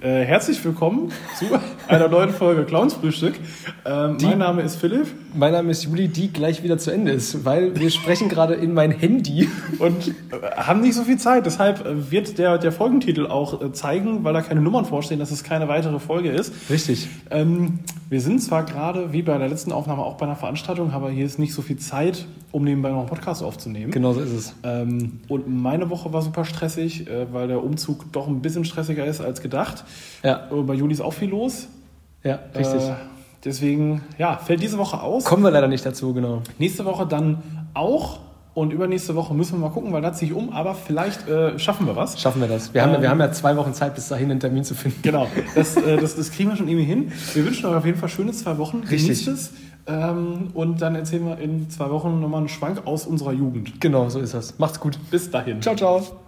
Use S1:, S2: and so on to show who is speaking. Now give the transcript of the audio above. S1: Äh, herzlich willkommen zu einer neuen Folge Clownsfrühstück. Ähm,
S2: Die-
S1: mein Name ist Philipp
S2: Mein Name ist Juli, die gleich wieder zu Ende ist, weil wir sprechen gerade in mein Handy.
S1: und äh, haben nicht so viel Zeit. Deshalb äh, wird der, der Folgentitel auch äh, zeigen, weil da keine Nummern vorstehen, dass es keine weitere Folge ist.
S2: Richtig.
S1: Ähm, wir sind zwar gerade, wie bei der letzten Aufnahme, auch bei einer Veranstaltung, aber hier ist nicht so viel Zeit, um nebenbei noch einen Podcast aufzunehmen.
S2: Genau so ist es.
S1: Ähm, und meine Woche war super stressig, äh, weil der Umzug doch ein bisschen stressiger ist als gedacht.
S2: Ja,
S1: Äh, Bei Juli ist auch viel los.
S2: ja, richtig.
S1: Äh, deswegen, ja, fällt diese Woche aus.
S2: Kommen wir leider nicht dazu, genau.
S1: Nächste Woche dann auch. Und übernächste Woche müssen wir mal gucken, weil da ziehe ich um. Aber vielleicht äh, schaffen wir was.
S2: Schaffen wir das. Wir haben,
S1: Ähm.
S2: wir haben ja zwei Wochen Zeit, bis dahin einen Termin zu finden.
S1: Genau, das, äh, das, das kriegen wir schon irgendwie hin. Wir wünschen euch auf jeden Fall schöne zwei Wochen.
S2: Richtig.
S1: Genießt es. Ähm, und dann erzählen wir in zwei Wochen nochmal einen Schwank aus unserer Jugend.
S2: Genau, so ist das. Macht's gut.
S1: Bis dahin.
S2: Ciao, ciao.